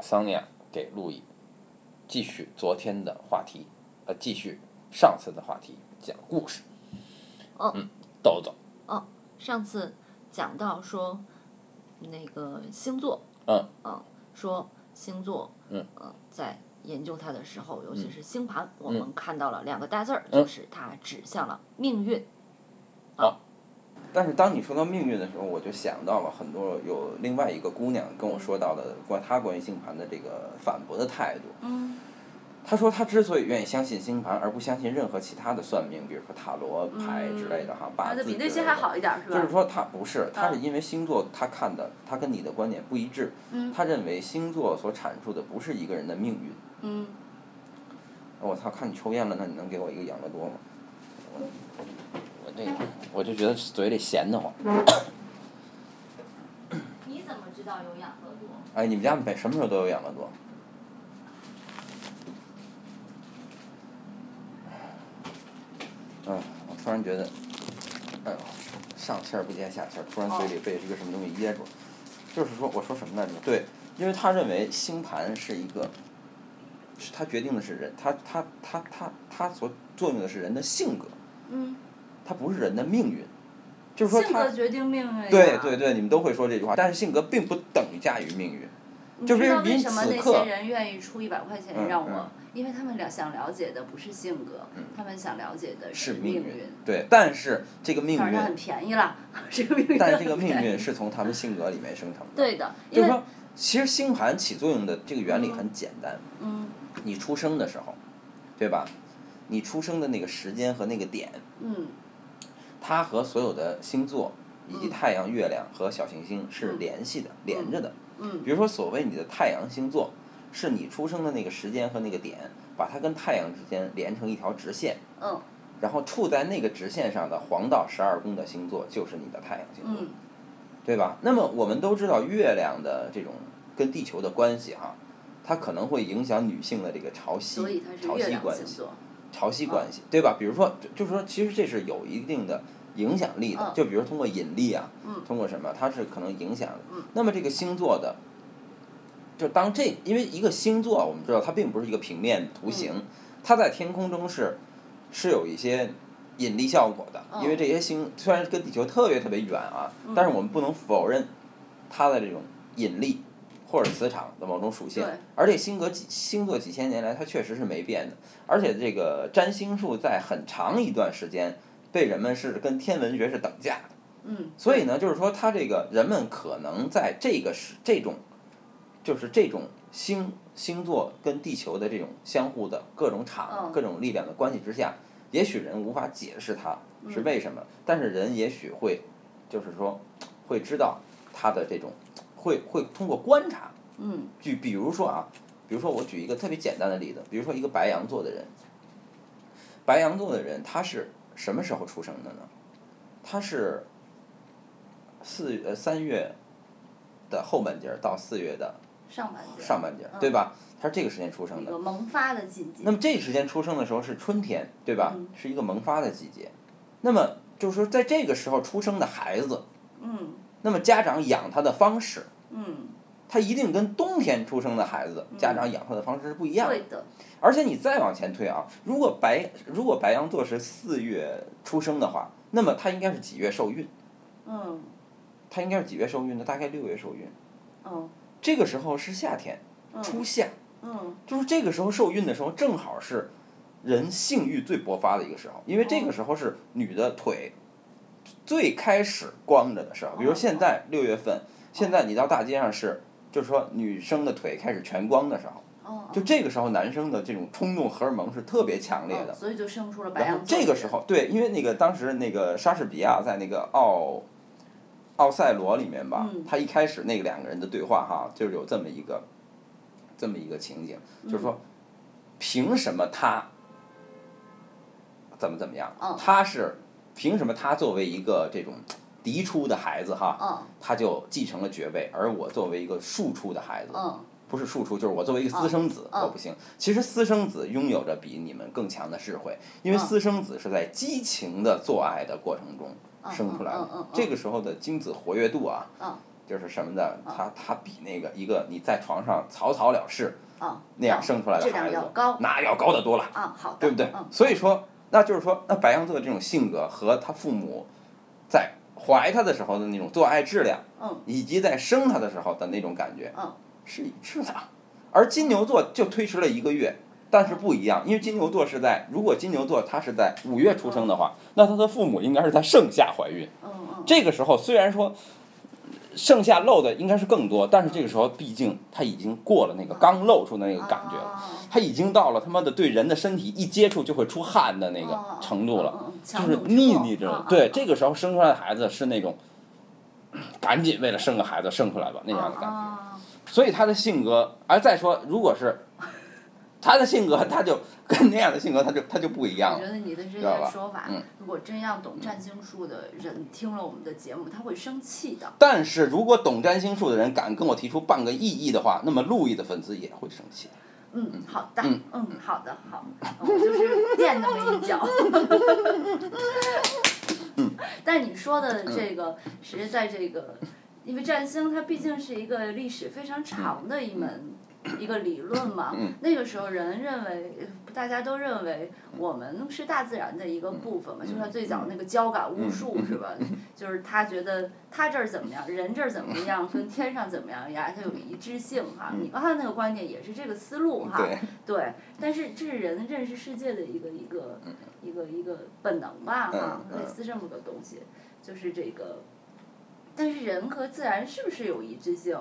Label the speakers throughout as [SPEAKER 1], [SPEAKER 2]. [SPEAKER 1] 桑尼亚给路易继续昨天的话题，呃，继续上次的话题，讲故事。
[SPEAKER 2] 哦
[SPEAKER 1] 嗯，豆豆，
[SPEAKER 2] 上次讲到说那个星座，
[SPEAKER 1] 嗯
[SPEAKER 2] 说星座，
[SPEAKER 1] 嗯
[SPEAKER 2] 呃在研究它的时候，尤其
[SPEAKER 1] 嗯
[SPEAKER 2] 是星盘，我
[SPEAKER 1] 嗯
[SPEAKER 2] 们看到了两个大字儿，
[SPEAKER 1] 嗯
[SPEAKER 2] 就是它指向了命运。
[SPEAKER 3] 但是当你说到命运的时候，我就想到了很多有另外一个姑娘跟我说到的关她关于星盘的这个反驳的态度。
[SPEAKER 2] 嗯
[SPEAKER 3] 她说她之所以愿意相信星盘，而不相信任何其他的算命，比如说塔罗牌之类的哈，八
[SPEAKER 4] 啊，
[SPEAKER 3] 字
[SPEAKER 4] 就
[SPEAKER 3] 之类
[SPEAKER 4] 比
[SPEAKER 3] 的
[SPEAKER 4] 那些还好一点是吧？
[SPEAKER 3] 就是说她不是，她
[SPEAKER 4] 啊
[SPEAKER 3] 是因为星座她看的，她跟你的观点不一致，
[SPEAKER 4] 嗯
[SPEAKER 3] 她认为星座所阐述的不是一个人的命运。
[SPEAKER 4] 嗯，
[SPEAKER 3] 我操，看你抽烟了，那你能给我一个养乐多吗？
[SPEAKER 1] 我这个我就觉得嘴里咸得慌。
[SPEAKER 2] 你怎么知道有养乐多？
[SPEAKER 3] 哎，你们家每什么时候都有养乐多？嗯，我突然觉得，哎呦，上气儿不接下气儿，突然嘴里被一个什么东西噎住。就是说，我说什么来着？对，因为他认为星盘是一个，是他决定的是人，他他他他他所作用的是人的性格，
[SPEAKER 4] 嗯，
[SPEAKER 3] 它不是人的命运。就是说
[SPEAKER 4] 性
[SPEAKER 3] 他，
[SPEAKER 4] 格啊决定命运呀。
[SPEAKER 3] 对对对，你们都会说这句话，但是性格并不等价于命运。
[SPEAKER 4] 你
[SPEAKER 3] 就是
[SPEAKER 4] 知道
[SPEAKER 3] 因为
[SPEAKER 4] 为什么
[SPEAKER 3] 此
[SPEAKER 4] 那
[SPEAKER 3] 刻
[SPEAKER 4] 些人愿意出一百块钱
[SPEAKER 3] 嗯
[SPEAKER 4] 让我？
[SPEAKER 3] 嗯
[SPEAKER 4] 因为他们了想了解的不是性格，
[SPEAKER 3] 嗯
[SPEAKER 4] 他们想了解的
[SPEAKER 3] 是命
[SPEAKER 4] 命
[SPEAKER 3] 运，对，但是这个命
[SPEAKER 4] 反
[SPEAKER 3] 运
[SPEAKER 4] 正，很便宜啦，这个命运。
[SPEAKER 3] 但是这个命 运，是从他们性格里面生成的。
[SPEAKER 2] 对的，
[SPEAKER 3] 就
[SPEAKER 2] 因
[SPEAKER 3] 是
[SPEAKER 2] 为
[SPEAKER 3] 说，其实星盘起作用的这个原理很简单，
[SPEAKER 4] 嗯
[SPEAKER 3] 你出生的时候，对吧？你出生的那个时间和那个点，
[SPEAKER 4] 嗯
[SPEAKER 3] 它和所有的星座以及
[SPEAKER 4] 嗯
[SPEAKER 3] 太阳、月亮和小行星是
[SPEAKER 4] 嗯
[SPEAKER 3] 联系的、连着的。
[SPEAKER 4] 嗯
[SPEAKER 3] 比如说，所谓你的太阳星座，是你出生的那个时间和那个点，把它跟太阳之间连成一条直线，
[SPEAKER 4] 嗯
[SPEAKER 3] 然后处在那个直线上的黄道十二宫的星座就是你的太阳星座。
[SPEAKER 4] 嗯
[SPEAKER 3] 对吧？那么我们都知道月亮的这种跟地球的关系哈、它可能会影响女性的这个潮
[SPEAKER 4] 所以
[SPEAKER 3] 汐
[SPEAKER 4] 它、是
[SPEAKER 3] 潮
[SPEAKER 4] 月
[SPEAKER 3] 汐
[SPEAKER 4] 亮
[SPEAKER 3] 关
[SPEAKER 4] 星
[SPEAKER 3] 系、
[SPEAKER 4] 座。嗯
[SPEAKER 3] 潮汐关系，对吧？比如说，就就是说，其实这是有一定的影响力的，
[SPEAKER 4] 嗯
[SPEAKER 3] 就比如通过引力啊，
[SPEAKER 4] 嗯
[SPEAKER 3] 通过什么，它是可能影响的。
[SPEAKER 4] 嗯
[SPEAKER 3] 那么这个星座的，就当这因为一个星座，啊我们知道它并不是一个平面图形，
[SPEAKER 4] 嗯
[SPEAKER 3] 它在天空中是是有一些引力效果的，
[SPEAKER 4] 嗯
[SPEAKER 3] 因为这些星虽然跟地球特别特别远啊，
[SPEAKER 4] 嗯
[SPEAKER 3] 但是我们不能否认它的这种引力。或者磁场的某种属性
[SPEAKER 4] 对，
[SPEAKER 3] 而且星格几星座几千年来，它确实是没变的。而且这个占星术在很长一段时间被人们是跟天文学是等价的。
[SPEAKER 4] 嗯
[SPEAKER 3] 所以呢，就是说，它这个人们可能在这个时这种，就是这种星星座跟地球的这种相互的各种场、
[SPEAKER 4] 嗯
[SPEAKER 3] 各种力量的关系之下，也许人无法解释它是为什么，但是人也许会，就是说，会知道它的这种，会会通过观察，
[SPEAKER 4] 嗯
[SPEAKER 3] 举比如说啊，比如说我举一个特别简单的例子，比如说一个白羊座的人，白羊座的人他是什么时候出生的呢？他是四呃三月的后半截儿到四月的
[SPEAKER 4] 上半截。
[SPEAKER 3] 上半截儿，
[SPEAKER 4] 嗯
[SPEAKER 3] 对吧？他是这个时间出生
[SPEAKER 4] 一
[SPEAKER 3] 的
[SPEAKER 4] 个。萌发的季节
[SPEAKER 3] 那。么这时间出生的时候是春天，对吧？
[SPEAKER 4] 嗯
[SPEAKER 3] 是一个萌发的季节。那么就是说，在这个时候出生的孩子，
[SPEAKER 4] 嗯
[SPEAKER 3] 那么家长养他的方式，
[SPEAKER 4] 嗯，
[SPEAKER 3] 他一定跟冬天出生的孩子家长养他的方式是不一样的。
[SPEAKER 4] 对的。
[SPEAKER 3] 而且你再往前推啊，如果白如果白羊座是四月出生的话，那么他应该是几月受孕？
[SPEAKER 4] 嗯
[SPEAKER 3] 他应该是几月受孕呢？大概六月受孕。
[SPEAKER 4] 嗯
[SPEAKER 3] 这个时候是夏天，
[SPEAKER 4] 嗯
[SPEAKER 3] 初夏，
[SPEAKER 4] 嗯
[SPEAKER 3] 就是这个时候受孕的时候，正好是人性欲最勃发的一个时候，因为这个时候是女的腿最开始光着的时候。
[SPEAKER 4] 嗯
[SPEAKER 3] 比如现在六月份，现在你到大街上是，就是说女生的腿开始全光的时候，
[SPEAKER 4] 哦。
[SPEAKER 3] 就这个时候男生的这种冲动荷尔蒙是特别强烈的
[SPEAKER 4] 嗯。所以就生出了白
[SPEAKER 3] 然后
[SPEAKER 4] 羊座。
[SPEAKER 3] 这个时候，对，因为那个当时那个莎士比亚在那个奥奥赛罗里面吧，
[SPEAKER 4] 嗯
[SPEAKER 3] 他一开始那个两个人的对话哈，就是有这么一个这么一个情景，就是说，凭什么他怎么怎么样？
[SPEAKER 4] 嗯
[SPEAKER 3] 他是凭什么他作为一个这种嫡出的孩子哈，
[SPEAKER 4] 嗯
[SPEAKER 3] 他就继承了爵位，而我作为一个庶出的孩子，
[SPEAKER 4] 嗯
[SPEAKER 3] 不是庶出，就是我作为一个私生子，
[SPEAKER 4] 嗯嗯
[SPEAKER 3] 我不行。其实私生子拥有着比你们更强的智慧，因为
[SPEAKER 4] 嗯
[SPEAKER 3] 私生子是在激情的做爱的过程中
[SPEAKER 4] 嗯
[SPEAKER 3] 生出来的
[SPEAKER 4] 嗯嗯嗯，
[SPEAKER 3] 这个时候的精子活跃度啊
[SPEAKER 4] 嗯，
[SPEAKER 3] 就是什么的，他他比那个一个你在床上草草了事
[SPEAKER 4] 啊，
[SPEAKER 3] 那样生出来的
[SPEAKER 4] 质量
[SPEAKER 3] 孩子
[SPEAKER 4] 要高，
[SPEAKER 3] 那要高得多了，
[SPEAKER 4] 啊，好的，
[SPEAKER 3] 对不对？
[SPEAKER 4] 嗯，
[SPEAKER 3] 所以说，那就是说，那白羊座的这种性格和他父母在怀他的时候的那种做爱质量，
[SPEAKER 4] 嗯，
[SPEAKER 3] 以及在生他的时候的那种感觉，
[SPEAKER 4] 嗯，
[SPEAKER 3] 是一致的。而金牛座就推迟了一个月，但是不一
[SPEAKER 4] 嗯
[SPEAKER 3] 样，因为金牛座是在如果金牛座他是在五月出生的话，那他的父母应该是在盛夏怀孕。
[SPEAKER 4] 嗯嗯，
[SPEAKER 3] 这个时候虽然说盛夏漏的应该是更多，但是这个时候毕竟他已经过了那个刚露出的那个感觉了，
[SPEAKER 4] 啊
[SPEAKER 3] 他已经到了他妈的对人的身体一接触就会出汗的那个
[SPEAKER 4] 哦
[SPEAKER 3] 程度了，，
[SPEAKER 4] 嗯嗯嗯
[SPEAKER 3] 就是
[SPEAKER 4] 强弩之
[SPEAKER 3] 腻
[SPEAKER 4] 末
[SPEAKER 3] 腻这
[SPEAKER 4] 啊
[SPEAKER 3] 种
[SPEAKER 4] 啊。
[SPEAKER 3] 对，
[SPEAKER 4] 啊
[SPEAKER 3] 这个时候生出来的孩子是那种。 赶紧为了生个孩子生出来吧那样的感觉，
[SPEAKER 4] 啊
[SPEAKER 3] 所以他的性格，而再说，如果是 他的性格，他就跟那样的性格，他就他就不一样
[SPEAKER 4] 我
[SPEAKER 3] 了
[SPEAKER 4] 觉。得你的这
[SPEAKER 3] 知道吧
[SPEAKER 4] 个说法
[SPEAKER 3] 嗯，
[SPEAKER 4] 如果真要懂占星术的人听了我们的节目，他会生气的。
[SPEAKER 3] 但是如果懂占星术的人敢跟我提出半个异议的话，那么路易的粉丝也会生气。
[SPEAKER 4] 嗯，好的，
[SPEAKER 3] 嗯
[SPEAKER 4] 嗯，好的，好，我就是垫那么一脚。
[SPEAKER 3] 嗯
[SPEAKER 4] 但你说的这个，是在这个，因为占星它毕竟是一个历史非常长的一门一个理论嘛
[SPEAKER 3] 嗯。
[SPEAKER 4] 那个时候人认为，呃大家都认为我们是大自然的一
[SPEAKER 3] 嗯
[SPEAKER 4] 个部分嘛，就像最早那个交感巫术是吧？就是他觉得他这儿怎么样，人这儿怎么样，跟天上怎么样呀，它有一致性哈。你刚才那个观点也是这个思路哈。
[SPEAKER 3] 嗯对，
[SPEAKER 4] 对，但是这是人认识世界的一个一个、一个一个本能吧，哈、
[SPEAKER 3] 嗯
[SPEAKER 4] 类似这么个东西，就是这个。但是人和自然是不是有一致性？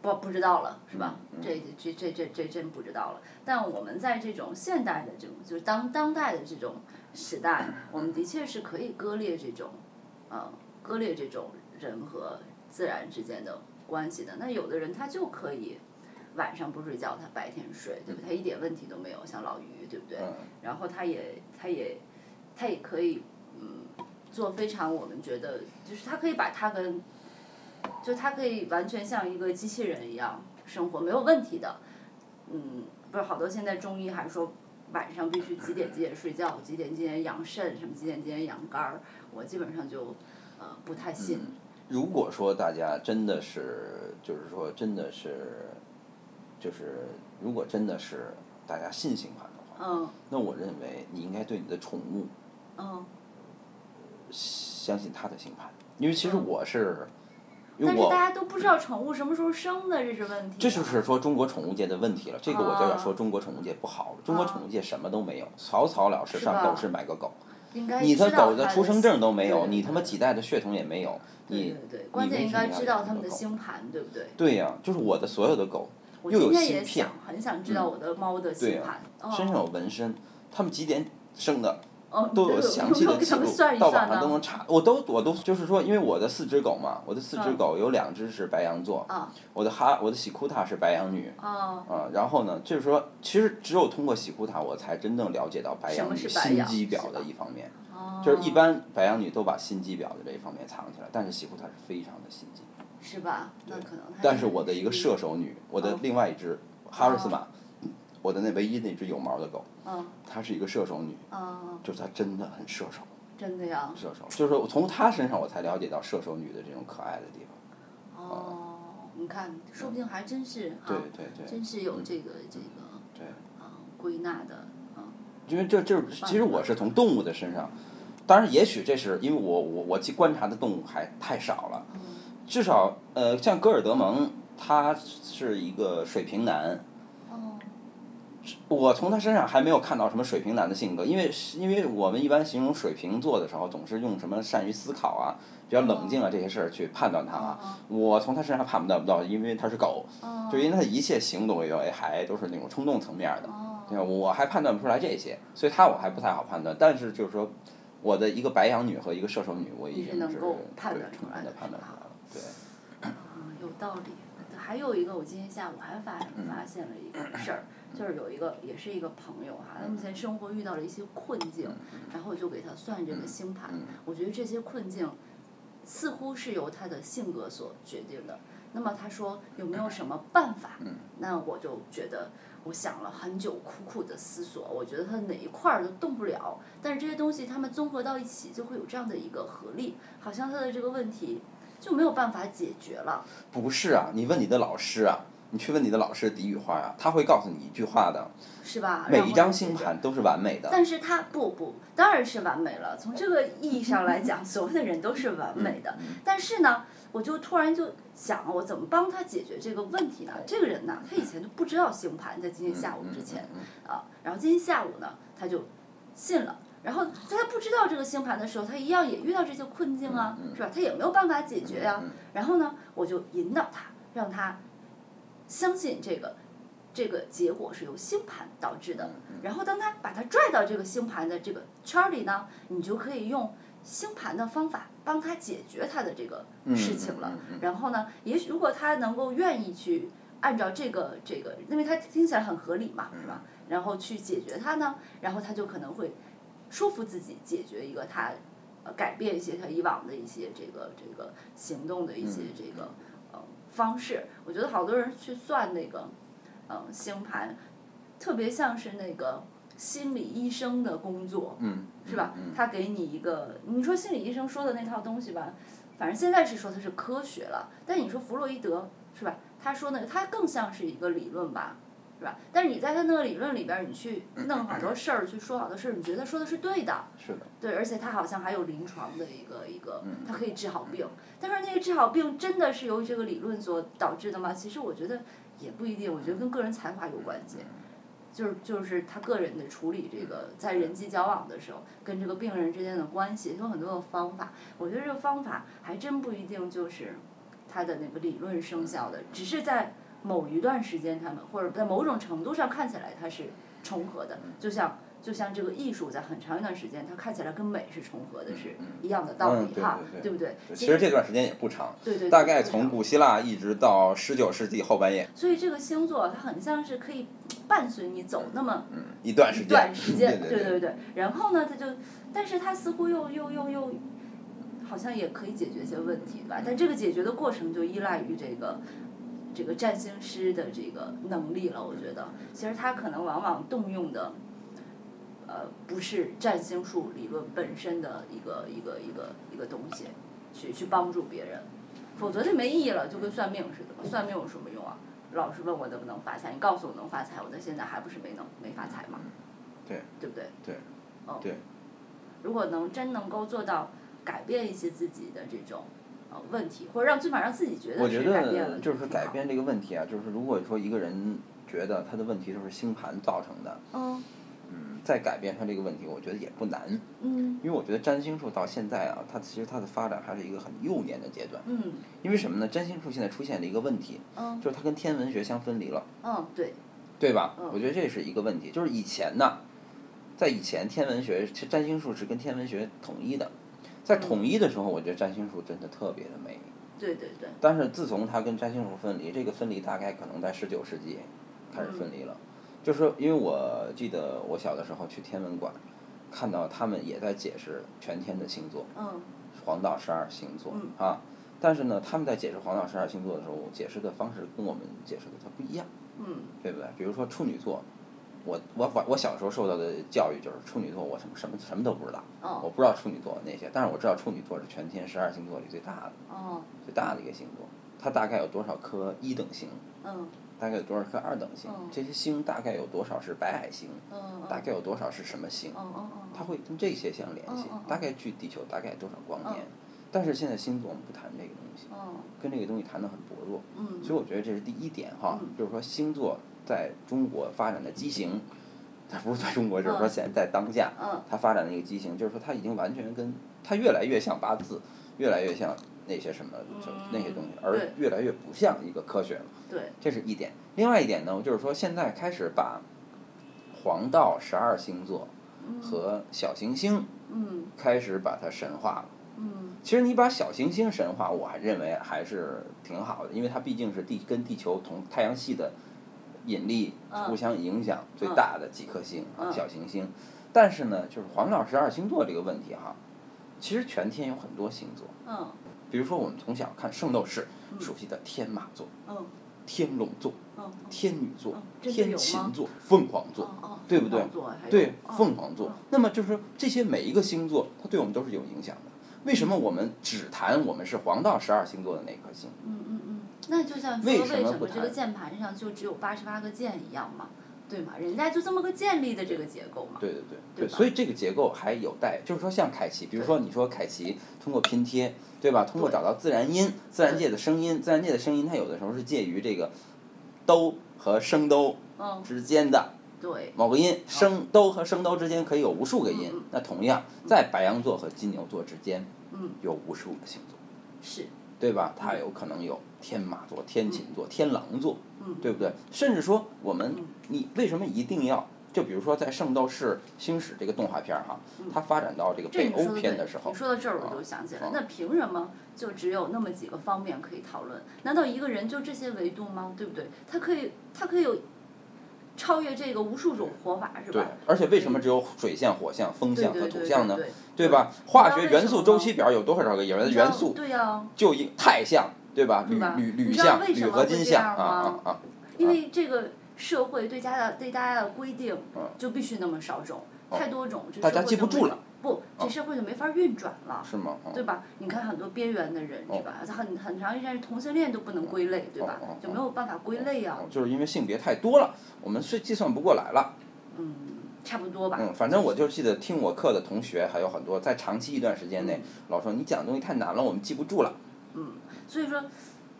[SPEAKER 4] 不不知道了，是吧？
[SPEAKER 3] 嗯
[SPEAKER 4] 这这这这这真不知道了。但我们在这种现代的这种，就是当当代的这种时代，我们的确是可以割裂这种，呃，割裂这种人和自然之间的关系的。那有的人他就可以晚上不睡觉，他白天睡，对不对？他一点问题都没有，像老于，对不对？
[SPEAKER 3] 嗯
[SPEAKER 4] 然后他也他也他也可以嗯做非常我们觉得就是他可以把他跟就他可以完全像一个机器人一样生活没有问题的，嗯，不是好多现在中医还说晚上必须几点几点睡觉，几点几点养肾，什么几点几点养肝儿，我基本上就呃不太信，
[SPEAKER 3] 如果说大家真的是，就是说真的是，就是如果真的是大家信星盘的话，
[SPEAKER 4] 嗯
[SPEAKER 3] 那我认为你应该对你的宠物
[SPEAKER 4] 嗯，
[SPEAKER 3] 相信它的星盘，因为其实我是，因
[SPEAKER 4] 但
[SPEAKER 3] 为
[SPEAKER 4] 是大
[SPEAKER 3] 我
[SPEAKER 4] 家都不知道宠物什么时候生的，这是问题啊。
[SPEAKER 3] 这就是说中国宠物界的问题了。这个我就要
[SPEAKER 4] 啊
[SPEAKER 3] 说中国宠物界不好了，中国
[SPEAKER 4] 啊
[SPEAKER 3] 宠物界什么都没有，草草了事，
[SPEAKER 4] 是
[SPEAKER 3] 上
[SPEAKER 4] 吧
[SPEAKER 3] 狗市买个狗。
[SPEAKER 4] 应该
[SPEAKER 3] 你
[SPEAKER 4] 知
[SPEAKER 3] 的
[SPEAKER 4] 道
[SPEAKER 3] 狗的
[SPEAKER 4] 它
[SPEAKER 3] 出生证都没有，
[SPEAKER 4] 对
[SPEAKER 3] 你他妈几代的血统也没有，
[SPEAKER 4] 对
[SPEAKER 3] 你
[SPEAKER 4] 对对，关键
[SPEAKER 3] 为
[SPEAKER 4] 应
[SPEAKER 3] 什么
[SPEAKER 4] 该
[SPEAKER 3] 要
[SPEAKER 4] 知道
[SPEAKER 3] 养
[SPEAKER 4] 他们
[SPEAKER 3] 这
[SPEAKER 4] 的
[SPEAKER 3] 个狗
[SPEAKER 4] 星盘，对不对？
[SPEAKER 3] 对呀、就是我的所有的狗
[SPEAKER 4] 我
[SPEAKER 3] 又有
[SPEAKER 4] 今天
[SPEAKER 3] 芯
[SPEAKER 4] 也
[SPEAKER 3] 片嗯
[SPEAKER 4] 想很想知道我的猫的
[SPEAKER 3] 对啊嗯
[SPEAKER 4] 星
[SPEAKER 3] 呀
[SPEAKER 4] 盘，
[SPEAKER 3] 身上
[SPEAKER 4] 哦
[SPEAKER 3] 有纹身，它们几点生的
[SPEAKER 4] 哦，
[SPEAKER 3] 都
[SPEAKER 4] 对
[SPEAKER 3] 有
[SPEAKER 4] 我
[SPEAKER 3] 详细
[SPEAKER 4] 我
[SPEAKER 3] 的
[SPEAKER 4] 给
[SPEAKER 3] 记
[SPEAKER 4] 他们
[SPEAKER 3] 录
[SPEAKER 4] 算，一
[SPEAKER 3] 到
[SPEAKER 4] 算
[SPEAKER 3] 网上都
[SPEAKER 4] 呢。
[SPEAKER 3] 能查。我都我都就是说，因为我的四只狗嘛，我的四只
[SPEAKER 4] 嗯
[SPEAKER 3] 狗有两只是白羊座，
[SPEAKER 4] 啊
[SPEAKER 3] 我的哈我的喜库塔是白羊女。
[SPEAKER 4] 啊，
[SPEAKER 3] 啊、然后呢，就是说，其实只有通过喜库塔，我才真正了解到白羊女
[SPEAKER 4] 什么是白
[SPEAKER 3] 心
[SPEAKER 4] 羊
[SPEAKER 3] 机婊
[SPEAKER 4] 是吧
[SPEAKER 3] 的一方面。
[SPEAKER 4] 哦
[SPEAKER 3] 就是一般白羊女都把心机婊的这一方面藏起来，但是喜库塔是非常的心机。
[SPEAKER 4] 是吧？那可能它
[SPEAKER 3] 但是我的一个
[SPEAKER 4] 是
[SPEAKER 3] 射手女，我的
[SPEAKER 4] 嗯
[SPEAKER 3] 另外一只哈瑞斯玛，我的那唯一那只有毛的狗，
[SPEAKER 4] 哦嗯
[SPEAKER 3] 它是一个射手女，
[SPEAKER 4] 啊，
[SPEAKER 3] 就是她真的很射手，
[SPEAKER 4] 真的呀，
[SPEAKER 3] 射手，就是我从她身上我才了解到射手女的这种可爱的地方。
[SPEAKER 4] 哦，你看，说不定还真是哈
[SPEAKER 3] 呃对，对对，
[SPEAKER 4] 真是有这个这个
[SPEAKER 3] 对
[SPEAKER 4] 啊归纳的啊，
[SPEAKER 3] 因为这这其实我是从动物的身上，当然也许这是因为我我我去观察的动物还太少了，
[SPEAKER 4] 嗯
[SPEAKER 3] 至少呃像戈尔德蒙，他是一个水瓶男，
[SPEAKER 4] 哦
[SPEAKER 3] 我从他身上还没有看到什么水瓶男的性格，因为因为我们一般形容水瓶座的时候，总是用什么善于思考啊、比较冷静啊这些事儿去判断他啊。
[SPEAKER 4] 啊
[SPEAKER 3] 我从他身上判断不到，因为他是狗，
[SPEAKER 4] 啊，
[SPEAKER 3] 就因为他的一切行动为还都是那种冲动层面的，
[SPEAKER 4] 哦
[SPEAKER 3] 对吧我还判断不出来这些，所以他我还不太好判断。但是就是说，我的一个白羊女和一个射手女，我已
[SPEAKER 4] 你是
[SPEAKER 3] 经
[SPEAKER 4] 能
[SPEAKER 3] 是
[SPEAKER 4] 够
[SPEAKER 3] 对
[SPEAKER 4] 判断出
[SPEAKER 3] 充分
[SPEAKER 4] 来
[SPEAKER 3] 的
[SPEAKER 4] 的
[SPEAKER 3] 判断
[SPEAKER 4] 是
[SPEAKER 3] 出
[SPEAKER 4] 吧
[SPEAKER 3] 来了，对。
[SPEAKER 4] 嗯，有道理。还有一个，我今天下午还发发现了一个事儿，就是有一个也是一个朋友哈，他目前生活遇到了一些困境，然后我就给他算这个星盘，我觉得这些困境似乎是由他的性格所决定的。那么他说有没有什么办法？那我就觉得我想了很久，苦苦的思索，我觉得他哪一块儿都动不了，但是这些东西他们综合到一起，就会有这样的一个合力，好像他的这个问题。就没有办法解决了。
[SPEAKER 3] 不是啊，你问你的老师啊，你去问你的老师狄宇花啊，他会告诉你一句话的。
[SPEAKER 4] 是吧？
[SPEAKER 3] 每
[SPEAKER 4] 然
[SPEAKER 3] 一
[SPEAKER 4] 后
[SPEAKER 3] 张
[SPEAKER 4] 就
[SPEAKER 3] 星
[SPEAKER 4] 是
[SPEAKER 3] 盘都是完美的。
[SPEAKER 4] 但是它不不，当然是完美了。从这个意义上来讲， 所有的人都是完美的。
[SPEAKER 3] 嗯
[SPEAKER 4] 但是呢，我就突然就想，我怎么帮他解决这个问题呢？这个人呢，他以前就不知道星盘，在今天下
[SPEAKER 3] 嗯
[SPEAKER 4] 午之前啊，然后今天下午呢，他就信了。然后在他不知道这个星盘的时候，他一样也遇到这些困境啊，
[SPEAKER 3] 嗯
[SPEAKER 4] 是吧？他也没有办法解决呀、然后呢，我就引导他，让他相信这个这个结果是由星盘导致
[SPEAKER 3] 嗯
[SPEAKER 4] 的。然后当他把他拽到这个星盘的这个圈儿里呢，你就可以用星盘的方法帮他解决他的这个事情了。
[SPEAKER 3] 嗯嗯嗯
[SPEAKER 4] 然后呢，也许如果他能够愿意去按照这个这个，因为他听起来很合理嘛，是
[SPEAKER 3] 嗯
[SPEAKER 4] 吧？然后去解决它呢，然后他就可能会说服自己解决一个他。呃改变一些他以往的一些这个这个行动的一些这个、呃方式，我觉得好多人去算那个嗯星盘，特别像是那个心理医生的工作，
[SPEAKER 3] 嗯，
[SPEAKER 4] 是吧？他给你一个，你说心理医生说的那套东西吧，反正现在是说它是科学了，但你说弗洛伊德是吧？他说那个他更像是一个理论吧，是吧？但是你在他那个理论里边儿，你去弄好多事儿，去说好多事儿，你觉得他说的是对的，
[SPEAKER 3] 是的，
[SPEAKER 4] 对，而且它好像还有临床的一个一个，
[SPEAKER 3] 嗯
[SPEAKER 4] 它可以治好病。但是那个治好病真的是由于这个理论所导致的吗？其实我觉得也不一定，我觉得跟个人才华有关系。就是就是他个人的处理这个在人际交往的时候，跟这个病人之间的关系有很多的方法。我觉得这个方法还真不一定就是他的那个理论生效的，只是在某一段时间，他们或者在某种程度上看起来它是重合的，
[SPEAKER 3] 嗯
[SPEAKER 4] 就像就像这个艺术在很长一段时间，它看起来跟美是重合的，是一样的道
[SPEAKER 3] 嗯
[SPEAKER 4] 理
[SPEAKER 3] 对
[SPEAKER 4] 哈
[SPEAKER 3] 对，对
[SPEAKER 4] 对不对？
[SPEAKER 3] 其实这段时间也不长，
[SPEAKER 4] 对对对
[SPEAKER 3] 大概
[SPEAKER 4] 非
[SPEAKER 3] 从
[SPEAKER 4] 常
[SPEAKER 3] 古希腊一直到十九世纪后半叶
[SPEAKER 4] 所以这个星座它很像是可以伴随你走那么
[SPEAKER 3] 一段时
[SPEAKER 4] 一
[SPEAKER 3] 间，
[SPEAKER 4] 段时间，
[SPEAKER 3] 对
[SPEAKER 4] 对
[SPEAKER 3] 对，
[SPEAKER 4] 对。然后呢，它就，但是它似乎又又又又，好像也可以解决一些问题吧。但这个解决的过程就依赖于这个。这个占星师的这个能力了，我觉得，其实他可能往往动用的，呃，不是占星术理论本身的一个一个一个一个东西，去去帮助别人，否则就没意义了，就跟算命似的，算命有什么用啊？老是问我能不能发财，你告诉我能发财，我到现在还不是没能没发财嘛？
[SPEAKER 3] 对，
[SPEAKER 4] 对不对？
[SPEAKER 3] 对，
[SPEAKER 4] 嗯，
[SPEAKER 3] 对。
[SPEAKER 4] 如果能真能够做到改变一些自己的这种呃问题，或者让最起码让自己觉
[SPEAKER 3] 我
[SPEAKER 4] 得
[SPEAKER 3] 觉
[SPEAKER 4] 是改变了，
[SPEAKER 3] 得就是
[SPEAKER 4] 挺
[SPEAKER 3] 改
[SPEAKER 4] 好。
[SPEAKER 3] 变这个问题啊，就是如果说一个人觉得他的问题都是星盘造成的，
[SPEAKER 4] 嗯
[SPEAKER 3] 嗯再改变他这个问题，我觉得也不难，
[SPEAKER 4] 嗯
[SPEAKER 3] 因为我觉得占星术到现在啊，它其实它的发展还是一个很幼年的阶段，
[SPEAKER 4] 嗯
[SPEAKER 3] 因为什么呢？占星术现在出现了一个问题，
[SPEAKER 4] 嗯
[SPEAKER 3] 就是它跟天文学相分离了。
[SPEAKER 4] 嗯，对，
[SPEAKER 3] 对吧
[SPEAKER 4] 嗯？
[SPEAKER 3] 我觉得这是一个问题，就是以前呢，在以前天文学、其实占星术是跟天文学统一的，在
[SPEAKER 4] 嗯
[SPEAKER 3] 统一的时候，我觉得占星术真的特别的美。
[SPEAKER 4] 对对对，
[SPEAKER 3] 但是自从它跟占星术分离，这个分离大概可能在十九世纪开始分离了。
[SPEAKER 4] 嗯
[SPEAKER 3] 就是因为我记得我小的时候去天文馆，看到他们也在解释全天的星座，
[SPEAKER 4] 嗯
[SPEAKER 3] 黄道十二星座、
[SPEAKER 4] 嗯
[SPEAKER 3] 啊。但是呢，他们在解释黄道十二星座的时候，解释的方式跟我们解释的它不一样。
[SPEAKER 4] 嗯
[SPEAKER 3] 对不对？比如说处女座，我我我我小时候受到的教育就是处女座，我什么什么什么都不知道，我
[SPEAKER 4] 哦
[SPEAKER 3] 不知道处女座那些，但是我知道处女座是全天十二星座里最大的
[SPEAKER 4] 哦
[SPEAKER 3] 最大的一个星座，它大概有多少颗一等星，
[SPEAKER 4] 嗯
[SPEAKER 3] 大概有多少颗二等星
[SPEAKER 4] 嗯，
[SPEAKER 3] 这些星大概有多少是白矮星，
[SPEAKER 4] 嗯嗯
[SPEAKER 3] 大概有多少是什么星，
[SPEAKER 4] 嗯嗯嗯，
[SPEAKER 3] 它会跟这些相联系
[SPEAKER 4] 嗯嗯嗯，
[SPEAKER 3] 大概距地球大概多少光年
[SPEAKER 4] 嗯。
[SPEAKER 3] 但是现在星座我们不谈这个东西，
[SPEAKER 4] 嗯
[SPEAKER 3] 跟这个东西谈的很薄弱。
[SPEAKER 4] 嗯
[SPEAKER 3] 所以我觉得这是第一点哈，
[SPEAKER 4] 嗯
[SPEAKER 3] 就是说星座在中国发展的畸形，它不是在中国，就是说
[SPEAKER 4] 嗯
[SPEAKER 3] 现在当下
[SPEAKER 4] 嗯
[SPEAKER 3] 它发展的一个畸形，就是说它已经完全跟它越来越像八字，越来越像那些什么就
[SPEAKER 4] 嗯
[SPEAKER 3] 那些东西，而
[SPEAKER 4] 对
[SPEAKER 3] 越来越不像一个科学了。
[SPEAKER 4] 对，
[SPEAKER 3] 这是一点。另外一点呢，就是说现在开始把黄道十二星座和小行星
[SPEAKER 4] 嗯
[SPEAKER 3] 开始把它神化了。
[SPEAKER 4] 嗯
[SPEAKER 3] 其实你把小行星神话，我还认为还是挺好的，因为它毕竟是地跟地球同太阳系的引力
[SPEAKER 4] 嗯
[SPEAKER 3] 互相影响最大的几颗星、啊
[SPEAKER 4] 嗯
[SPEAKER 3] 小行星。但是呢，就是黄道十二星座这个问题哈，其实全天有很多星座，
[SPEAKER 4] 嗯
[SPEAKER 3] 比如说我们从小看《圣斗士》
[SPEAKER 4] 嗯
[SPEAKER 3] 熟悉的天马座、
[SPEAKER 4] 嗯
[SPEAKER 3] 天龙座、
[SPEAKER 4] 嗯，
[SPEAKER 3] 天女座
[SPEAKER 4] 嗯、真的有
[SPEAKER 3] 天
[SPEAKER 4] 吗
[SPEAKER 3] 琴座、凤凰座，
[SPEAKER 4] 哦，
[SPEAKER 3] 对不对
[SPEAKER 4] 凤凰座还有
[SPEAKER 3] 对
[SPEAKER 4] 哦
[SPEAKER 3] 凤凰座
[SPEAKER 4] 嗯。
[SPEAKER 3] 那么就是说这些每一个星座，它对我们都是有影响的。为什么我们只谈我们是黄道十二星座的那颗星？
[SPEAKER 4] 嗯嗯嗯，那就像说
[SPEAKER 3] 为
[SPEAKER 4] 为
[SPEAKER 3] 什么
[SPEAKER 4] 什
[SPEAKER 3] 不
[SPEAKER 4] 么这个
[SPEAKER 3] 谈
[SPEAKER 4] 键盘上就只有八十八个键一样嘛，对吗？人家就这么个建立的这个结构嘛。
[SPEAKER 3] 对对对
[SPEAKER 4] 嗯对吧
[SPEAKER 3] 所以这个结构还有待，就是说像凯奇，比如说你说凯奇通过拼贴，对吧？通过
[SPEAKER 4] 对
[SPEAKER 3] 找到自然音、自然界的声音，自然界的声音它有的时候是介于这个哆和升哆
[SPEAKER 4] 嗯，
[SPEAKER 3] 之间的
[SPEAKER 4] 对，嗯
[SPEAKER 3] 某个音，升哆和升哆之间可以有无数个音
[SPEAKER 4] 嗯嗯。
[SPEAKER 3] 那同样在白羊座和金牛座之间
[SPEAKER 4] 嗯，
[SPEAKER 3] 有无数个星座，
[SPEAKER 4] 是，
[SPEAKER 3] 对吧？它有可能有天马座、天琴座、天狼座，
[SPEAKER 4] 嗯，
[SPEAKER 3] 对不对？甚至说我们
[SPEAKER 4] 嗯，
[SPEAKER 3] 你为什么一定要？就比如说在《圣斗士星矢》这个动画片儿哈
[SPEAKER 4] 嗯，
[SPEAKER 3] 它发展到这个
[SPEAKER 4] 这
[SPEAKER 3] 北
[SPEAKER 4] 你说
[SPEAKER 3] 欧
[SPEAKER 4] 的
[SPEAKER 3] 篇
[SPEAKER 4] 对
[SPEAKER 3] 的时，候
[SPEAKER 4] 你，说到这儿我
[SPEAKER 3] 啊
[SPEAKER 4] 就想起
[SPEAKER 3] 啊
[SPEAKER 4] 来，那凭什么就只有那么几个方面可以讨论？难道一个人就这些维度吗？对不对？他可以，他可以有超越这个无数种活法，是
[SPEAKER 3] 对
[SPEAKER 4] 吧？，嗯
[SPEAKER 3] 而且为什么只有水象、火象、风
[SPEAKER 4] 对
[SPEAKER 3] 象
[SPEAKER 4] 对
[SPEAKER 3] 和
[SPEAKER 4] 对
[SPEAKER 3] 土
[SPEAKER 4] 对
[SPEAKER 3] 象呢？
[SPEAKER 4] 对，
[SPEAKER 3] 对吧？
[SPEAKER 4] 道
[SPEAKER 3] 化学
[SPEAKER 4] 为
[SPEAKER 3] 元
[SPEAKER 4] 什
[SPEAKER 3] 素
[SPEAKER 4] 么
[SPEAKER 3] 周
[SPEAKER 4] 吗
[SPEAKER 3] 期表有多少个元
[SPEAKER 4] 你知道
[SPEAKER 3] 元素？
[SPEAKER 4] 对呀，
[SPEAKER 3] 就一太象，对吧？
[SPEAKER 4] 对
[SPEAKER 3] 铝
[SPEAKER 4] 吧
[SPEAKER 3] 铝铝
[SPEAKER 4] 你知道
[SPEAKER 3] 象、
[SPEAKER 4] 为什
[SPEAKER 3] 铝
[SPEAKER 4] 么
[SPEAKER 3] 合
[SPEAKER 4] 会
[SPEAKER 3] 金
[SPEAKER 4] 这
[SPEAKER 3] 象
[SPEAKER 4] 样
[SPEAKER 3] 啊啊
[SPEAKER 4] 吗
[SPEAKER 3] 啊！
[SPEAKER 4] 因
[SPEAKER 3] 啊
[SPEAKER 4] 为这个社会对家的对大家的规定
[SPEAKER 3] 嗯
[SPEAKER 4] 就必须那么少种，
[SPEAKER 3] 哦
[SPEAKER 4] 太多种，这
[SPEAKER 3] 大
[SPEAKER 4] 社
[SPEAKER 3] 家
[SPEAKER 4] 会
[SPEAKER 3] 记
[SPEAKER 4] 就
[SPEAKER 3] 不
[SPEAKER 4] 没
[SPEAKER 3] 住了，哦
[SPEAKER 4] 不，这社会就没法运转了。
[SPEAKER 3] 是吗？啊
[SPEAKER 4] 对吧？你看很多边缘的人，
[SPEAKER 3] 哦
[SPEAKER 4] 是吧？他很很长一段时间同性恋都不能归类，对吧
[SPEAKER 3] 哦哦哦？
[SPEAKER 4] 就没有办法归类啊
[SPEAKER 3] 哦。就是因为性别太多了，我们是计算不过来了。
[SPEAKER 4] 嗯，差不多吧。
[SPEAKER 3] 嗯，反正我就记得听我课的同学还有很多，在长期一段时间内
[SPEAKER 4] 嗯，
[SPEAKER 3] 老说你讲的东西太难了，我们记不住了。
[SPEAKER 4] 所以说，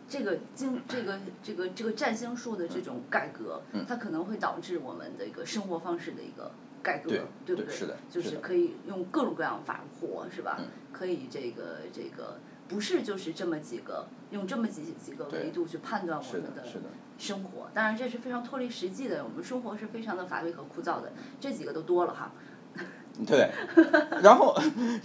[SPEAKER 4] 这个经这个这个这个占星术的这种改革，
[SPEAKER 3] 嗯
[SPEAKER 4] 它可能会导致我们的一个生活方式的一个改革，
[SPEAKER 3] 对
[SPEAKER 4] 不
[SPEAKER 3] 对
[SPEAKER 4] 对？
[SPEAKER 3] 是的
[SPEAKER 4] 就是是
[SPEAKER 3] 的
[SPEAKER 4] 可以用各种各样的法活，是吧？
[SPEAKER 3] 嗯
[SPEAKER 4] 可以这个这个不是就是这么几个用这么几几个
[SPEAKER 3] 对
[SPEAKER 4] 维度去判断我
[SPEAKER 3] 是
[SPEAKER 4] 们
[SPEAKER 3] 的，是的，
[SPEAKER 4] 生活，当然这是非常脱离实际的，我们生活是非常的乏味和枯燥的，这几个都多了哈。
[SPEAKER 3] 嗯对。然后，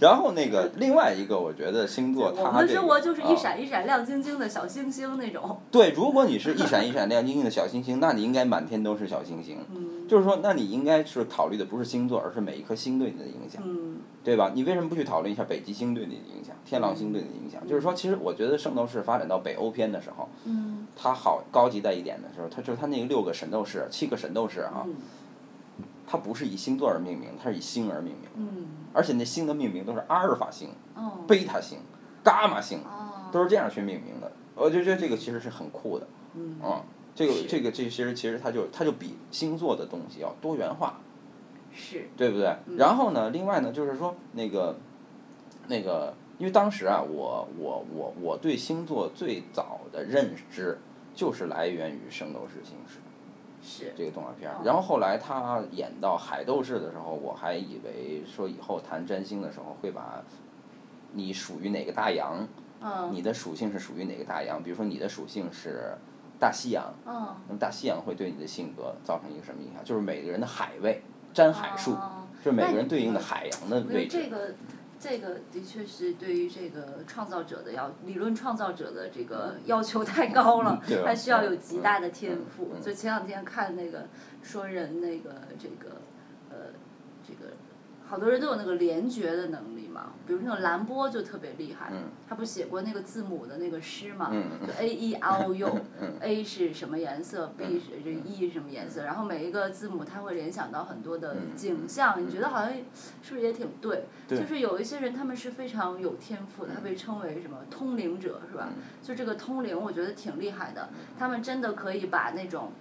[SPEAKER 3] 然后那个另外一个，我觉得星座
[SPEAKER 4] 我
[SPEAKER 3] 它
[SPEAKER 4] 们的
[SPEAKER 3] 这
[SPEAKER 4] 生
[SPEAKER 3] 个啊
[SPEAKER 4] 活就是一闪一闪亮晶晶的小星星那种，
[SPEAKER 3] 对，如果你是一闪一闪亮晶晶的小星星，那你应该满天都是小星星。
[SPEAKER 4] 嗯
[SPEAKER 3] 就是说，那你应该是考虑的不是星座，而是每一颗星对你的影响。
[SPEAKER 4] 嗯
[SPEAKER 3] 对吧？你为什么不去讨论一下北极星对你的影响，天狼星对你的影响？就是说，其实我觉得圣斗士发展到北欧篇的时候，
[SPEAKER 4] 嗯
[SPEAKER 3] 它好高级在一点的时候，它就是它那六个神斗士、七个神斗士啊，
[SPEAKER 4] 嗯
[SPEAKER 3] 它不是以星座而命名，它是以星而命名，
[SPEAKER 4] 嗯
[SPEAKER 3] 而且那星的命名都是阿尔法星、
[SPEAKER 4] 哦
[SPEAKER 3] 贝塔星、伽马星，
[SPEAKER 4] 哦
[SPEAKER 3] 都是这样去命名的。我就觉得这个其实是很酷的，
[SPEAKER 4] 嗯
[SPEAKER 3] 嗯，这个
[SPEAKER 4] 是
[SPEAKER 3] 这个这其实其实它就它就比星座的东西要多元化，
[SPEAKER 4] 是
[SPEAKER 3] 对不对？
[SPEAKER 4] 嗯
[SPEAKER 3] 然后呢，另外呢，就是说那个那个，因为当时啊，我我我我对星座最早的认知就是来源于《圣斗士星矢》
[SPEAKER 4] 是
[SPEAKER 3] 这个动画片儿
[SPEAKER 4] 哦。
[SPEAKER 3] 然后后来他演到《海斗士》的时候，我还以为说以后谈占星的时候会把。你属于哪个大洋？
[SPEAKER 4] 嗯
[SPEAKER 3] 你的属性是属于哪个大洋？比如说你的属性是大西洋，
[SPEAKER 4] 嗯
[SPEAKER 3] 那么大西洋会对你的性格造成一个什么影响？就是每个人的海位，占海数，
[SPEAKER 4] 哦
[SPEAKER 3] 就是每个人对应的海洋的
[SPEAKER 4] 我觉
[SPEAKER 3] 位
[SPEAKER 4] 得
[SPEAKER 3] 置
[SPEAKER 4] 这。个这个的确是对于这个创造者的要理论创造者的这个要求太高了
[SPEAKER 3] 嗯对啊，
[SPEAKER 4] 他需要有极大的天
[SPEAKER 3] 嗯
[SPEAKER 4] 赋
[SPEAKER 3] 嗯嗯。
[SPEAKER 4] 就前两天看那个说人那个这个呃这个。好多人都有那个联觉的能力嘛，比如那种兰波就特别厉害，
[SPEAKER 3] 嗯
[SPEAKER 4] 他不写过那个字母的那个诗嘛，
[SPEAKER 3] 嗯嗯
[SPEAKER 4] 就 A E I O U，
[SPEAKER 3] 嗯
[SPEAKER 4] A 是什么颜色，B
[SPEAKER 3] 嗯
[SPEAKER 4] 是这 E 是什么颜色，然后每一个字母它会联想到很多的
[SPEAKER 3] 嗯
[SPEAKER 4] 景象，
[SPEAKER 3] 嗯
[SPEAKER 4] 你觉得好像是不是也挺对？
[SPEAKER 3] 对
[SPEAKER 4] 就是有一些人他们是非常有天赋的，他被称为什么通灵者是吧？
[SPEAKER 3] 嗯
[SPEAKER 4] 就这个通灵，我觉得挺厉害的，他们真的可以把那种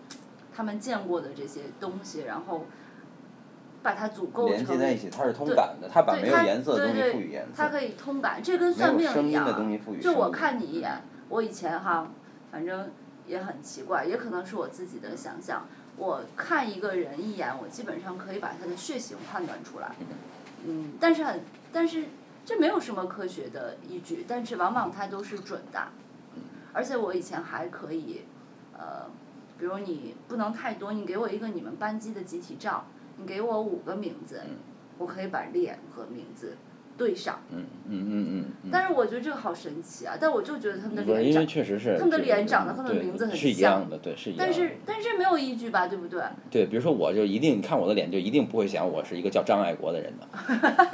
[SPEAKER 4] 他们见过的这些东西，然后把它组构
[SPEAKER 3] 连接
[SPEAKER 4] 成，
[SPEAKER 3] 在一起，它是通感的，它把
[SPEAKER 4] 对
[SPEAKER 3] 没有
[SPEAKER 4] 它
[SPEAKER 3] 颜色的东
[SPEAKER 4] 对
[SPEAKER 3] 西
[SPEAKER 4] 对
[SPEAKER 3] 赋予颜
[SPEAKER 4] 它
[SPEAKER 3] 色，
[SPEAKER 4] 可以通感，这跟
[SPEAKER 3] 没
[SPEAKER 4] 算
[SPEAKER 3] 有
[SPEAKER 4] 命
[SPEAKER 3] 声
[SPEAKER 4] 一
[SPEAKER 3] 音
[SPEAKER 4] 样
[SPEAKER 3] 的
[SPEAKER 4] 啊。
[SPEAKER 3] 东西赋予声
[SPEAKER 4] 就
[SPEAKER 3] 音。
[SPEAKER 4] 我看你一眼，我以前哈，反正也很奇怪，也可能是我自己的想象。我看一个人一眼，我基本上可以把他的血型判断出来。嗯，但是很，但是这没有什么科学的依据，但是往往它都是准的。而且我以前还可以，呃，比如你不能太多，你给我一个你们班级的集体照，你给我五个名字，我可以把脸和名字对上。
[SPEAKER 3] 嗯嗯嗯嗯嗯。
[SPEAKER 4] 但是我觉得这个好神奇啊！但我就觉得他们的
[SPEAKER 3] 不是
[SPEAKER 4] 脸
[SPEAKER 3] 因为
[SPEAKER 4] 长，
[SPEAKER 3] 确实是
[SPEAKER 4] 他们的
[SPEAKER 3] 就是
[SPEAKER 4] 脸长得和他们
[SPEAKER 3] 对
[SPEAKER 4] 名字很
[SPEAKER 3] 是一
[SPEAKER 4] 像
[SPEAKER 3] 样的，对，是一样
[SPEAKER 4] 但
[SPEAKER 3] 的。
[SPEAKER 4] 是但是没有依据吧，对不对？
[SPEAKER 3] 对，比如说我就一定，你看我的脸就一定不会想我是一个叫张爱国的人的。
[SPEAKER 4] 啊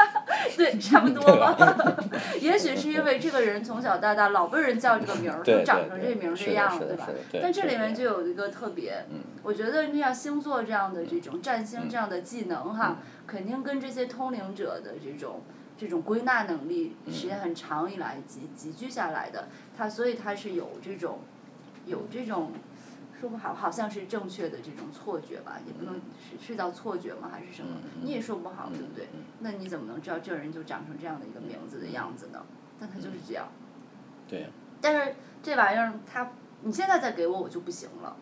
[SPEAKER 4] 对，差不多吧。 也许是因为这个人从小到大老被人叫这个名儿，
[SPEAKER 3] 对
[SPEAKER 4] 就
[SPEAKER 3] 对
[SPEAKER 4] 长成
[SPEAKER 3] 对
[SPEAKER 4] 这名儿
[SPEAKER 3] 是
[SPEAKER 4] 这
[SPEAKER 3] 的
[SPEAKER 4] 样，
[SPEAKER 3] 是的
[SPEAKER 4] 对吧
[SPEAKER 3] 是的？对
[SPEAKER 4] 但这
[SPEAKER 3] 是
[SPEAKER 4] 里
[SPEAKER 3] 的
[SPEAKER 4] 面就有一个特别，
[SPEAKER 3] 嗯
[SPEAKER 4] 我觉得像星座
[SPEAKER 3] 嗯
[SPEAKER 4] 这样的这种占星这样的技能哈，肯定跟这些通灵者的这种这种归纳能力
[SPEAKER 3] 嗯
[SPEAKER 4] 时间很长以来集集聚下来的，它所以它是有这种有这种说不好，好像是正确的这种错觉吧，也
[SPEAKER 3] 嗯
[SPEAKER 4] 不能是是叫错觉吗？还是什么？你也说不好，对不对？那你怎么能知道这人就长成这样的一个名
[SPEAKER 3] 嗯
[SPEAKER 4] 字的样子呢？但他就是这样。
[SPEAKER 3] 对呀
[SPEAKER 4] 但是这玩意儿，它你现在再给我，我就不行了。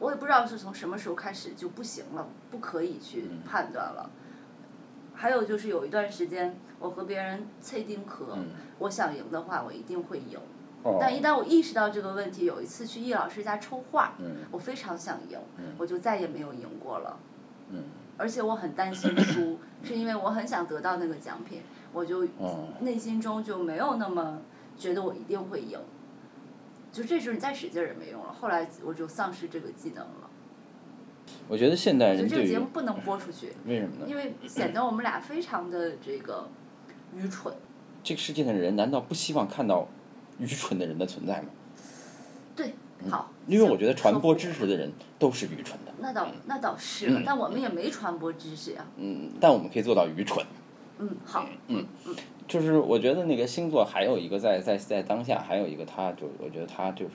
[SPEAKER 4] 我也不知道是从什么时候开始就不行了，不可以去判断了。还有就是有一段时间，我和别人脆丁壳，我想赢的话，我一定会赢。
[SPEAKER 1] 哦，
[SPEAKER 4] 但一旦我意识到这个问题，有一次去易老师家抽画，
[SPEAKER 3] 嗯
[SPEAKER 4] 我非常想赢，我就再也没有赢过了。
[SPEAKER 3] 嗯
[SPEAKER 4] 而且我很担心输，是因为我很想得到那个奖品，我就
[SPEAKER 3] 哦
[SPEAKER 4] 内心中就没有那么觉得我一定会赢。就这时候你再使劲儿也没用了，后来我就丧失这个技能了。
[SPEAKER 3] 我觉得现代
[SPEAKER 4] 就
[SPEAKER 3] 人
[SPEAKER 4] 这
[SPEAKER 3] 对
[SPEAKER 4] 个节
[SPEAKER 3] 于
[SPEAKER 4] 目不能播出去，
[SPEAKER 3] 为什么呢？
[SPEAKER 4] 因为显得我们俩非常的这个愚蠢。
[SPEAKER 3] 这个世界的人难道不希望看到愚蠢的人的存在吗？
[SPEAKER 4] 对，好。
[SPEAKER 3] 嗯因为我
[SPEAKER 4] 行
[SPEAKER 3] 觉得传播
[SPEAKER 4] 说
[SPEAKER 3] 知识的嗯人都是愚蠢的，
[SPEAKER 4] 那倒那倒是了，但我们也没传播知识啊。
[SPEAKER 3] 嗯，但我们可以做到愚蠢。
[SPEAKER 4] 嗯，好，
[SPEAKER 3] 就是我觉得那个星座还有一个在在在当下还有一个它就我觉得它就是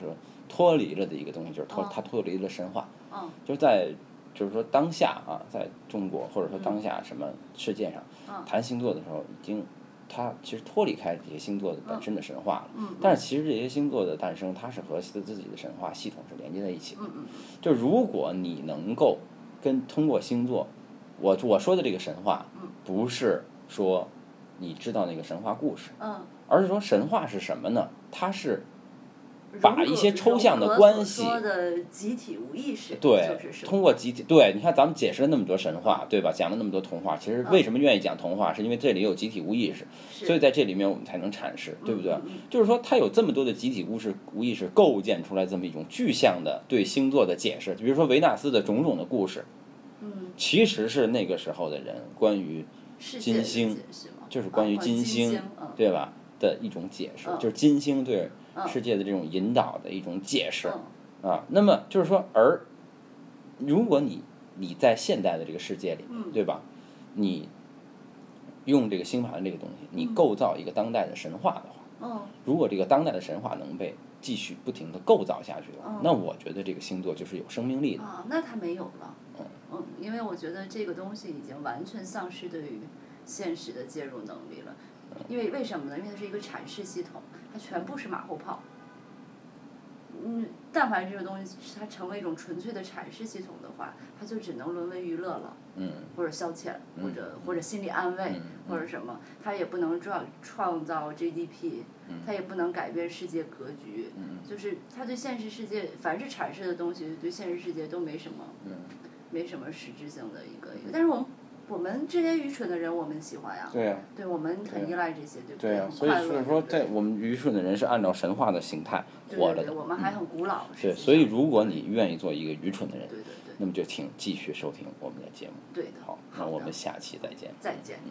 [SPEAKER 3] 脱离了的一个东西，就是脱
[SPEAKER 4] 哦
[SPEAKER 3] 它脱离了神话，
[SPEAKER 4] 嗯
[SPEAKER 3] 就是在就是说当下啊，在中国或者说当下什么事件上、
[SPEAKER 4] 嗯
[SPEAKER 3] 谈星座的时候，已经它其实脱离开这些星座的本身的神话了。
[SPEAKER 4] 嗯
[SPEAKER 3] 但是其实这些星座的诞生，它是和自自己的神话系统是连接在一起的。
[SPEAKER 4] 嗯嗯
[SPEAKER 3] 就如果你能够跟通过星座，我我说的这个神话，
[SPEAKER 4] 嗯
[SPEAKER 3] 不是说你知道那个神话故事，
[SPEAKER 4] 嗯，
[SPEAKER 3] 而是说神话是什么呢？它是
[SPEAKER 4] 荣
[SPEAKER 3] 把一些
[SPEAKER 4] 格
[SPEAKER 3] 抽
[SPEAKER 4] 荣
[SPEAKER 3] 象的
[SPEAKER 4] 格
[SPEAKER 3] 关
[SPEAKER 4] 所
[SPEAKER 3] 系
[SPEAKER 4] 说的集体无意识，
[SPEAKER 3] 对
[SPEAKER 4] 就是什么
[SPEAKER 3] 通过集体对，你看咱们解释了那么多神话，对吧？讲了那么多童话，其实为什么愿意讲童话，是因为这里有集体无意识，
[SPEAKER 4] 嗯是
[SPEAKER 3] 所以在这里面我们才能阐释，对不对？
[SPEAKER 4] 嗯嗯
[SPEAKER 3] 就是说，它有这么多的集体故事无意识构建出来这么一种具象的对星座的解释，比如说维纳斯的种种的故事，
[SPEAKER 4] 嗯，
[SPEAKER 3] 其实是那个时候的人关于
[SPEAKER 4] 世
[SPEAKER 3] 金
[SPEAKER 4] 界的
[SPEAKER 3] 星
[SPEAKER 4] 解释吗
[SPEAKER 3] 就是关于
[SPEAKER 4] 啊
[SPEAKER 3] 金星
[SPEAKER 4] 星，嗯
[SPEAKER 3] 对吧的一种解释，
[SPEAKER 4] 嗯
[SPEAKER 3] 就是金星对
[SPEAKER 4] 嗯
[SPEAKER 3] 世界的这种引导的一种解释
[SPEAKER 4] 嗯
[SPEAKER 3] 啊。那么就是说，而如果你你在现代的这个世界里面，
[SPEAKER 4] 嗯
[SPEAKER 3] 对吧？你用这个星盘这个东西，你构造一个当代的神话的话，
[SPEAKER 4] 嗯
[SPEAKER 3] 如果这个当代的神话能被继续不停的构造下去的话
[SPEAKER 4] 嗯，
[SPEAKER 3] 那我觉得这个星座就是有生命力的。
[SPEAKER 4] 啊，那他没有了，嗯，因为我觉得这个东西已经完全丧失对于现实的介入能力了，因为为什么呢？因为它是一个阐释系统，它全部是马后炮。嗯，但凡这个东西它成为一种纯粹的阐释系统的话，它就只能沦为娱乐了，
[SPEAKER 3] 嗯，
[SPEAKER 4] 或者消遣，或者或者心理安慰，或者什么，它也不能创创造 GDP，它
[SPEAKER 3] 嗯
[SPEAKER 4] 也不能改变世界格局，就是它对现实世界，凡是阐释的东西，对现实世界都没什么，
[SPEAKER 3] 嗯
[SPEAKER 4] 没什么实质性的一个一个。但是我们我们这些愚蠢的人，我们喜欢呀，
[SPEAKER 3] 对呀、
[SPEAKER 4] 对我们很依赖这些，对不
[SPEAKER 3] 对呀、啊
[SPEAKER 4] 很
[SPEAKER 3] 所以
[SPEAKER 4] 快乐
[SPEAKER 3] 就是说，
[SPEAKER 4] 对
[SPEAKER 3] 在我们愚蠢的人是按照神话的形态
[SPEAKER 4] 对
[SPEAKER 3] 活着
[SPEAKER 4] 对
[SPEAKER 3] 的嗯
[SPEAKER 4] 对，。我们还很古老，
[SPEAKER 3] 对，
[SPEAKER 4] 对
[SPEAKER 3] 所以如果你愿意做一个愚蠢的人，
[SPEAKER 4] 对对对
[SPEAKER 3] 那么就请继续收听我们的节目。
[SPEAKER 4] 对的，
[SPEAKER 3] 好，那
[SPEAKER 4] 好
[SPEAKER 3] 我
[SPEAKER 4] 的
[SPEAKER 3] 们下期再见。
[SPEAKER 4] 再见。
[SPEAKER 3] 嗯